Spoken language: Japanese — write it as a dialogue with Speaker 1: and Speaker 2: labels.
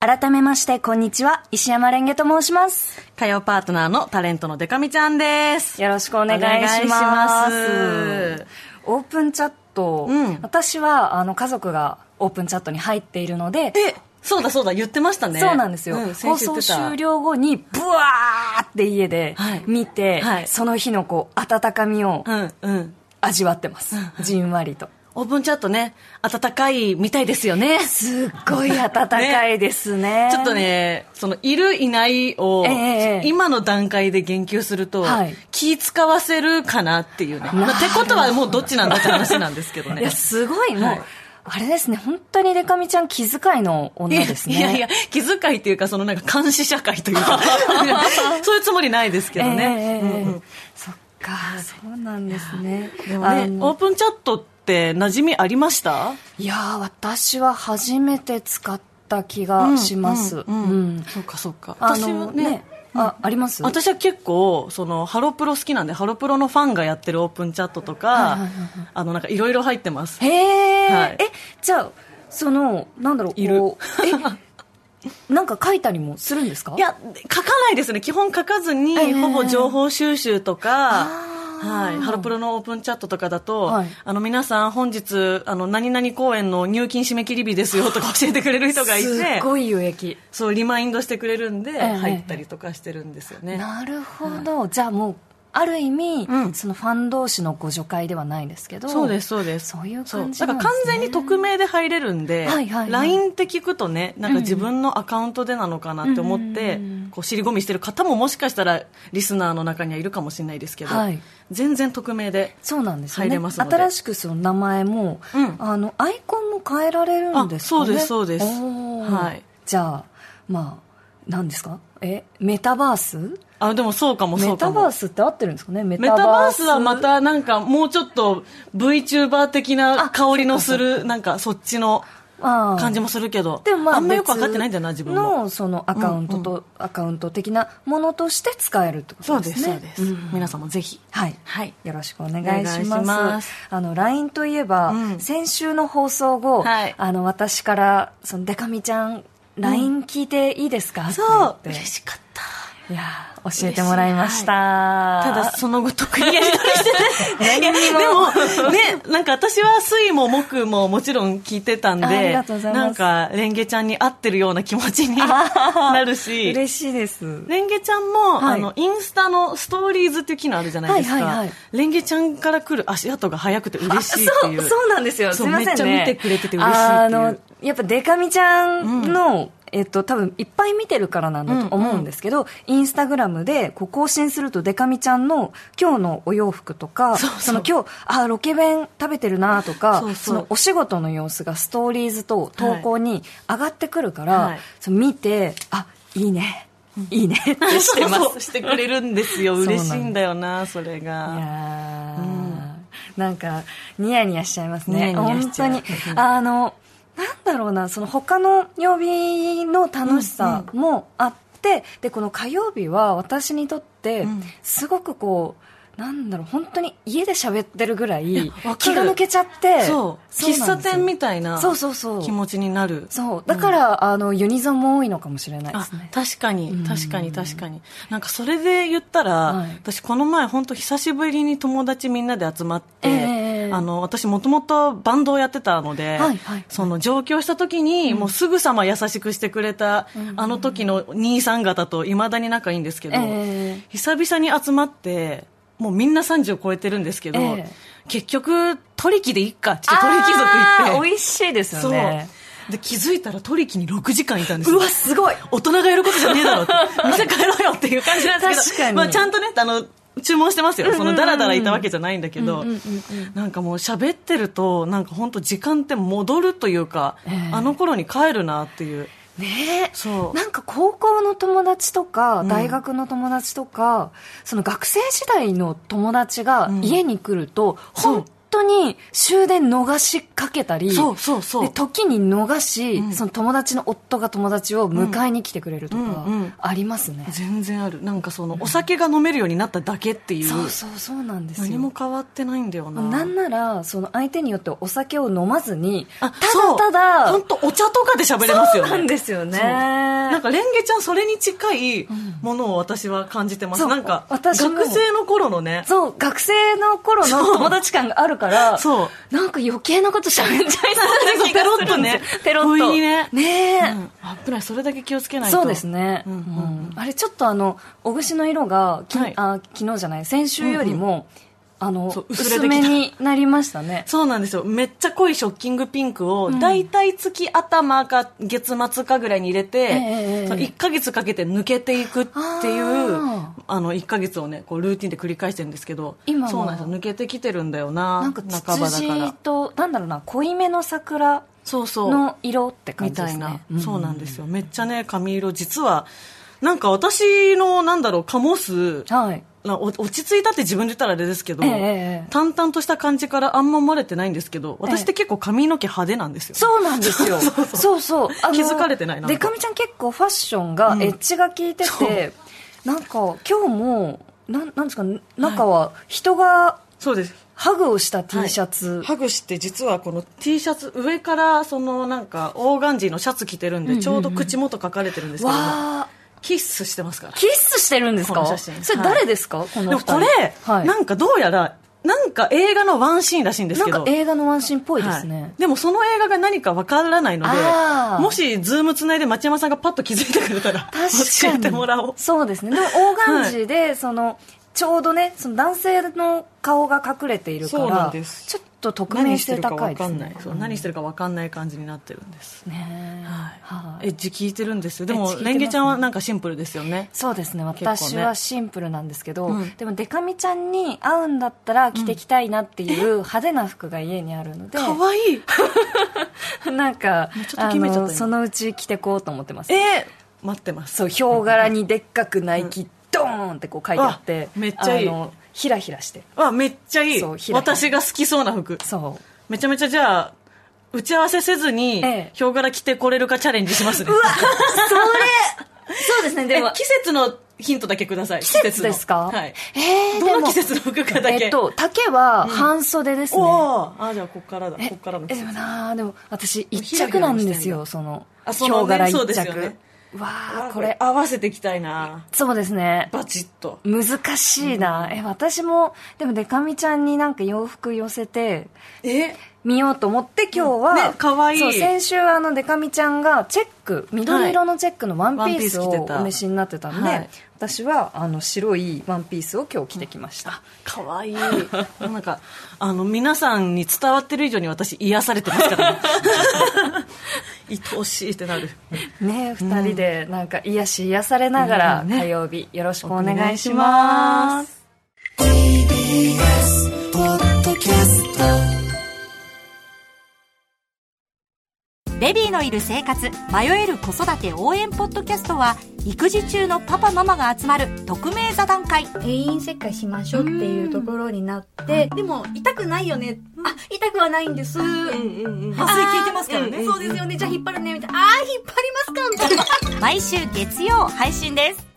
Speaker 1: 改めましてこんにちは石山レンゲと申します
Speaker 2: 火曜パートナーのタレントのデカミちゃんです。
Speaker 1: よろしくお願いします
Speaker 2: お願いします
Speaker 1: オープンチャット、
Speaker 2: うん
Speaker 1: 私はあの家族がオープンチャットに入っているので
Speaker 2: え、そうだそうだ、言ってましたね。
Speaker 1: そうなんですよ、放
Speaker 2: 先週言
Speaker 1: 送
Speaker 2: ってた
Speaker 1: 終了後にブワーって家で
Speaker 2: はい
Speaker 1: 見て、
Speaker 2: はい
Speaker 1: その日のこう温かみを
Speaker 2: うんうん。
Speaker 1: 味わってます、じんわりと
Speaker 2: オープンチャットね、暖かいみたいですよね。
Speaker 1: すっごい温かいですね
Speaker 2: ちょっとね、その、いる、いないを、
Speaker 1: ええ
Speaker 2: 今の段階で言及すると、
Speaker 1: はい
Speaker 2: 気使わせるかなっていうね。まあってことはもうどっちなんだって話なんですけどね。
Speaker 1: いやすごいもう、
Speaker 2: はい
Speaker 1: あれですね本当にデカミちゃん気遣いの女ですね
Speaker 2: いやいや、気遣いっていうか、そのなんか監視社会とい うか、そういうつもりないですけどね。
Speaker 1: ええええええ
Speaker 2: うんうん
Speaker 1: そっかそうなんですね
Speaker 2: でもね
Speaker 1: あの
Speaker 2: オープンチャットって馴染みありました
Speaker 1: いやー私は初めて使った気がします
Speaker 2: うんうん
Speaker 1: うん
Speaker 2: そうかそうか。
Speaker 1: あ
Speaker 2: 私
Speaker 1: の
Speaker 2: は
Speaker 1: ね
Speaker 2: ね、
Speaker 1: ああります
Speaker 2: 私は結構そのハロプロ好きなんでハロプロのファンがやってるオープンチャットと
Speaker 1: いはいは
Speaker 2: か
Speaker 1: いは
Speaker 2: あのなんかいろいろ入ってます
Speaker 1: へえ、
Speaker 2: はい
Speaker 1: えじゃあそのなんだろう
Speaker 2: いる
Speaker 1: こうえなんか書いたりもするんですか
Speaker 2: いや書かないですね基本書かずに、
Speaker 1: ええ
Speaker 2: ほぼ情報収集とか
Speaker 1: あー
Speaker 2: はい、ハロプロのオープンチャットとかだと、
Speaker 1: はい
Speaker 2: あの皆さん本日あの何々公演の入金締め切り日ですよとか 教えてくれる人がい
Speaker 1: す
Speaker 2: て
Speaker 1: っごい有益
Speaker 2: そうリマインドしてくれるんで、
Speaker 1: え
Speaker 2: 入ったりとかしてるんですよね、
Speaker 1: なるほど、じゃあもうある意味、
Speaker 2: うん
Speaker 1: そのファン同士のご助会ではないんですけど
Speaker 2: そうですそうです
Speaker 1: そういう
Speaker 2: そう
Speaker 1: 感じ
Speaker 2: だ
Speaker 1: な
Speaker 2: か
Speaker 1: ん
Speaker 2: ら
Speaker 1: です、ね
Speaker 2: 完、全に匿名で入れるんで、
Speaker 1: はいはいはい
Speaker 2: LINE って聞くとねなんか自分のアカウントでなのかなって思って、
Speaker 1: うんうんうん
Speaker 2: こう尻込みしてる方ももしかしたらリスナーの中にはいるかもしれないですけど、
Speaker 1: はい
Speaker 2: 全然匿名で
Speaker 1: そうなんですよ
Speaker 2: 入
Speaker 1: ね
Speaker 2: れますので
Speaker 1: 新しくその名前も、
Speaker 2: うん
Speaker 1: あのアイコンも変えられるんですかね
Speaker 2: あそうですそうです
Speaker 1: おー
Speaker 2: はい
Speaker 1: じゃあまあ何ですかえメタバース
Speaker 2: あでもそうかもそ
Speaker 1: メ
Speaker 2: うか
Speaker 1: タ
Speaker 2: も
Speaker 1: バースって合ってるんですかねメ
Speaker 2: メタバースはまたなんかもうちょっと VTuber 的な香りのするなんかそっちの
Speaker 1: 感
Speaker 2: 感じもするけど
Speaker 1: でもまあ
Speaker 2: んまよく分かってないんだよな自
Speaker 1: 別
Speaker 2: 分も
Speaker 1: のそのアカウントと、
Speaker 2: うん
Speaker 1: アカウント的なものとして使えるってこ
Speaker 2: そ
Speaker 1: と
Speaker 2: う
Speaker 1: で
Speaker 2: ですす
Speaker 1: ね
Speaker 2: そうです、
Speaker 1: ん
Speaker 2: 皆さんもぜひ
Speaker 1: はい
Speaker 2: はい
Speaker 1: よろしくお願いします
Speaker 2: お願いします
Speaker 1: あの LINE といえば、
Speaker 2: うん
Speaker 1: 先週の放送後、
Speaker 2: はい
Speaker 1: あの私からそのデカミちゃん LINE 聞いていいですか、って言
Speaker 2: そう
Speaker 1: って
Speaker 2: 嬉しかった
Speaker 1: いやー教えてもらいました、
Speaker 2: ただその後特にやり取りしてないい や
Speaker 1: 何にも
Speaker 2: でもねなんか私は水も木ももちろん聞いてたんで
Speaker 1: あありがとうございます
Speaker 2: なんかレンゲちゃんに合ってるような気持ちになるし
Speaker 1: 嬉しいです
Speaker 2: レンゲちゃんも、
Speaker 1: はい
Speaker 2: あのインスタのストーリーズっていう機能あるじゃないですか、
Speaker 1: はいはいはい
Speaker 2: レンゲちゃんから来る足跡が速くて嬉しいっていう
Speaker 1: そうそうなんですよす
Speaker 2: そう
Speaker 1: いませんね
Speaker 2: めっちゃ見てくれてて嬉しいっていう
Speaker 1: あのやっぱデカミちゃんの、えっと、多分いっぱい見てるからなんだと思うんですけど、インスタグラムでこう更新するとデカミちゃんの今日のお洋服とか
Speaker 2: そうそう
Speaker 1: の今日あロケ弁食べてるなとか
Speaker 2: そうそう
Speaker 1: のお仕事の様子がストーリーズと投稿に上がってくるから、
Speaker 2: はい
Speaker 1: その見てあいいねいいねってしてます
Speaker 2: そうそうしてくれるんですよ
Speaker 1: そうなんで
Speaker 2: 嬉
Speaker 1: す
Speaker 2: しいんだよなそれ
Speaker 1: い
Speaker 2: が
Speaker 1: やー、
Speaker 2: うん
Speaker 1: なんかニヤニヤしちゃいますね
Speaker 2: ニヤニヤしちゃう
Speaker 1: 本当に
Speaker 2: うん
Speaker 1: あのなんだろうなその他の曜日の楽しさもあって、でこの火曜日は私にとって
Speaker 2: うん
Speaker 1: すごくこうなんだろう本当に家で喋ってるぐらい
Speaker 2: わかる
Speaker 1: 気が抜けちゃって
Speaker 2: そう喫茶店み
Speaker 1: た
Speaker 2: たいな
Speaker 1: そうそうそう
Speaker 2: 気持ちになる
Speaker 1: そうだから、あのユニゾンも多いのかもしれないで
Speaker 2: あ
Speaker 1: すね
Speaker 2: 確か
Speaker 1: う
Speaker 2: に
Speaker 1: ん
Speaker 2: 確かに確かになんかそれで言ったら、
Speaker 1: はい
Speaker 2: 私この前本当久しぶりに友達みんなで集まって、
Speaker 1: ええ
Speaker 2: あの私もともとバンドをやってたので、
Speaker 1: はいはい
Speaker 2: その上京した時にもうすぐさま優しくしてくれた、あの時の兄さん方といまだに仲いいんですけど、
Speaker 1: ええ
Speaker 2: 久々に集まってもうみんな30を超えてるんですけど、
Speaker 1: ええ
Speaker 2: 結局取り木でいっかって言って取り木族行って
Speaker 1: あー美味しいですよね
Speaker 2: そうで気づいたら取り木に6時間いたんです
Speaker 1: う
Speaker 2: よ
Speaker 1: わすごい
Speaker 2: 大人がやることじゃねえだろって 店帰ろうよっていう感じなんです
Speaker 1: 確
Speaker 2: け
Speaker 1: か
Speaker 2: ど、
Speaker 1: に
Speaker 2: まあ、ちゃんとねあの注文してますよ、
Speaker 1: うんうんうん
Speaker 2: そのダラダラいたわけじゃないんだけ
Speaker 1: うん
Speaker 2: ど、
Speaker 1: うんうんうん
Speaker 2: なんかもう喋ってるとなんか本当時間って戻るというか、
Speaker 1: ええ
Speaker 2: あの頃に帰るなっていう
Speaker 1: ねえ
Speaker 2: そう
Speaker 1: なんか高校の友達とか
Speaker 2: ん
Speaker 1: 大学の友達とか、その学生時代の友達が
Speaker 2: うん
Speaker 1: 家に来ると、
Speaker 2: そう
Speaker 1: 本当に終電逃しかけたり
Speaker 2: そうそうそう
Speaker 1: で時に逃し、
Speaker 2: ん
Speaker 1: その友達の夫が友達を迎えに来てくれるとか
Speaker 2: うんうんうん
Speaker 1: ありますね、
Speaker 2: 全然あるなんかそのお酒が飲めるようになっただけっていう
Speaker 1: そうそうそうなんですよ
Speaker 2: 何も変わってないんだよな
Speaker 1: なんならその相手によってお酒を飲まずにた
Speaker 2: あ
Speaker 1: だ
Speaker 2: そう
Speaker 1: ただ
Speaker 2: 本当お茶とかで喋れますよね
Speaker 1: なんですよね
Speaker 2: そうなんかレンゲちゃんそれに近いものを私は感じてます、
Speaker 1: そう
Speaker 2: なんか学
Speaker 1: 私も
Speaker 2: 生の頃のね
Speaker 1: そう学生の頃の友達感があるから
Speaker 2: そう
Speaker 1: なんか余計なことしゃべっちゃいそうな気
Speaker 2: ペ
Speaker 1: が
Speaker 2: ロ
Speaker 1: す
Speaker 2: ッ
Speaker 1: る
Speaker 2: と
Speaker 1: んで
Speaker 2: ね
Speaker 1: ペロッと
Speaker 2: 不意にね
Speaker 1: ねえ、
Speaker 2: うん危ないそれだけ気をつけないと
Speaker 1: そうですね、
Speaker 2: う
Speaker 1: うんん
Speaker 2: うん
Speaker 1: あれちょっとあの小串の色がき、
Speaker 2: はい
Speaker 1: あ昨日じゃない先週よりも、あの
Speaker 2: そう薄
Speaker 1: 薄
Speaker 2: れてき
Speaker 1: め
Speaker 2: た
Speaker 1: になりましたね
Speaker 2: そうなんですよめっちゃ濃いショッキングピンクを大体月頭か月末かぐらいに入れて、
Speaker 1: ええ
Speaker 2: その1ヶ月かけて抜けていくっていうあ
Speaker 1: あ
Speaker 2: の1ヶ月をねこうルーティンで繰り返してるんですけど
Speaker 1: 今は
Speaker 2: そうなんですよ抜けてきてるんだよな
Speaker 1: なんかツ
Speaker 2: 半ば
Speaker 1: ツ
Speaker 2: だか
Speaker 1: ジ
Speaker 2: ら
Speaker 1: となんだろうな濃いめの桜
Speaker 2: そうそう
Speaker 1: の色って感
Speaker 2: み
Speaker 1: じで
Speaker 2: た
Speaker 1: す
Speaker 2: いな
Speaker 1: ね、うん
Speaker 2: そうなんですよめっちゃね髪色実はなんか私のなんだろう醸す
Speaker 1: はい
Speaker 2: なお落ち着いたって自分で言ったらあれですけど、
Speaker 1: ええええ
Speaker 2: 淡々とした感じからあんま生まれてないんですけど私って結構髪の毛派手なんですよ、
Speaker 1: そうなんです よ。そうそうあの
Speaker 2: 気づかれてないな
Speaker 1: でかみちゃん結構ファッションが
Speaker 2: うん
Speaker 1: エッジが効いて
Speaker 2: そう
Speaker 1: て、なんか今日も、なんなんですか、中は人が
Speaker 2: そうです
Speaker 1: ハグをした T シャツ。
Speaker 2: ハグして実はこの T シャツ上からそのなんかオーガンジーのシャツ着てるんでちょうど口元書かれてるんですけど、
Speaker 1: わ
Speaker 2: キッスしてますから
Speaker 1: ー、キスしてるんです
Speaker 2: こ
Speaker 1: か
Speaker 2: の写真
Speaker 1: それ誰ですか、こ
Speaker 2: で
Speaker 1: の
Speaker 2: も
Speaker 1: 二人
Speaker 2: これ、
Speaker 1: はい、
Speaker 2: なんかどうやらなんか映画のワンシーンらしいんです
Speaker 1: な
Speaker 2: け
Speaker 1: ん
Speaker 2: ど
Speaker 1: か映画のワンシーンっぽいですね。
Speaker 2: はいでもその映画が何かわからないので
Speaker 1: あー
Speaker 2: もしズームつないで町山さんがパッと気づいてくれたら
Speaker 1: 確
Speaker 2: 教
Speaker 1: か
Speaker 2: え
Speaker 1: に
Speaker 2: てもらおう
Speaker 1: そうですねでもオーガンジーで、そのちょうどねその男性の顔が隠れているか
Speaker 2: そうなん
Speaker 1: らち
Speaker 2: です
Speaker 1: ょっと匿名
Speaker 2: 何して
Speaker 1: 性
Speaker 2: るか
Speaker 1: 高
Speaker 2: わ
Speaker 1: いで
Speaker 2: か
Speaker 1: す
Speaker 2: んない
Speaker 1: ね
Speaker 2: そう何してるかわかんない感じになってるんです
Speaker 1: ねえ
Speaker 2: は
Speaker 1: は
Speaker 2: い
Speaker 1: い
Speaker 2: エッジ聞いてるんですよで
Speaker 1: エッ
Speaker 2: も
Speaker 1: ジ聞いてます
Speaker 2: レ
Speaker 1: ね
Speaker 2: ンゲちゃんはなんかシンプルですよね
Speaker 1: そうですね
Speaker 2: 構ね
Speaker 1: 私はシンプルなんですけど、
Speaker 2: うん
Speaker 1: でもデカミちゃんに会うんだったら着てきたいなっていう派手な服が家にあるので、
Speaker 2: かわいい
Speaker 1: なんか
Speaker 2: うちょっと
Speaker 1: あ
Speaker 2: 決めちゃった
Speaker 1: の
Speaker 2: 今
Speaker 1: そのうち着てこうと思ってます
Speaker 2: えー、待ってます
Speaker 1: そうヒョウ柄にでっかくナイキ、ドーンってこう書いてあって
Speaker 2: あめっちゃいい
Speaker 1: あのひらひらして
Speaker 2: わめっちゃいい
Speaker 1: そうひらひら
Speaker 2: 私が好きそうな服
Speaker 1: そう
Speaker 2: めちゃめちゃじゃあ打ち合わせせずに
Speaker 1: ええ
Speaker 2: ヒョウ柄着てこれるかチャレンジしますね
Speaker 1: それそうですねでも
Speaker 2: え季節のヒントだけください季
Speaker 1: 季節
Speaker 2: の
Speaker 1: ですか
Speaker 2: はい
Speaker 1: えー、
Speaker 2: ど
Speaker 1: で
Speaker 2: の
Speaker 1: も
Speaker 2: 季節の服かだけ、
Speaker 1: えっと丈は半袖ですね、
Speaker 2: おおあじゃあこっからだこっからの
Speaker 1: え
Speaker 2: 季
Speaker 1: でも
Speaker 2: 節
Speaker 1: なあでも私一
Speaker 2: ひらひ
Speaker 1: 着
Speaker 2: ら
Speaker 1: な
Speaker 2: も
Speaker 1: ん
Speaker 2: してんだ
Speaker 1: ですよその
Speaker 2: あそ
Speaker 1: ヒ
Speaker 2: のね
Speaker 1: ョウ柄一
Speaker 2: そうです
Speaker 1: 着、
Speaker 2: よね
Speaker 1: わ
Speaker 2: あ
Speaker 1: あこれ
Speaker 2: 合わせていきたいな
Speaker 1: そうですね
Speaker 2: バチッと
Speaker 1: 難しいな、え私もでもでかみちゃんになんか洋服寄せて
Speaker 2: え
Speaker 1: 見ようと思って今日は、
Speaker 2: うんねかわいい
Speaker 1: そう先週あのでかみちゃんがチェック緑色のチェックのワンピースを
Speaker 2: ワンピース着てた
Speaker 1: お召しになってたんで、
Speaker 2: はい
Speaker 1: 私はあの白いワンピースを今日着てきました、
Speaker 2: かわいい なんかあの皆さんに伝わってる以上に私癒されてます から、ね、愛おしいってなる
Speaker 1: ね二人でなんか癒し癒されながら
Speaker 2: うんね
Speaker 1: 火曜日よろしくお願いします。
Speaker 3: ベビーのいる生活迷える子育て応援ポッドキャストは育児中のパパママが集まる匿名座談会
Speaker 4: 定員切開しましょうっていうところになって、でも痛くないよね、あ痛くはないんです、麻酔効いてますから ね、そうですよねじゃあ引っ張るねみたいなあー引っ張りますかみたいな
Speaker 3: 毎週月曜配信です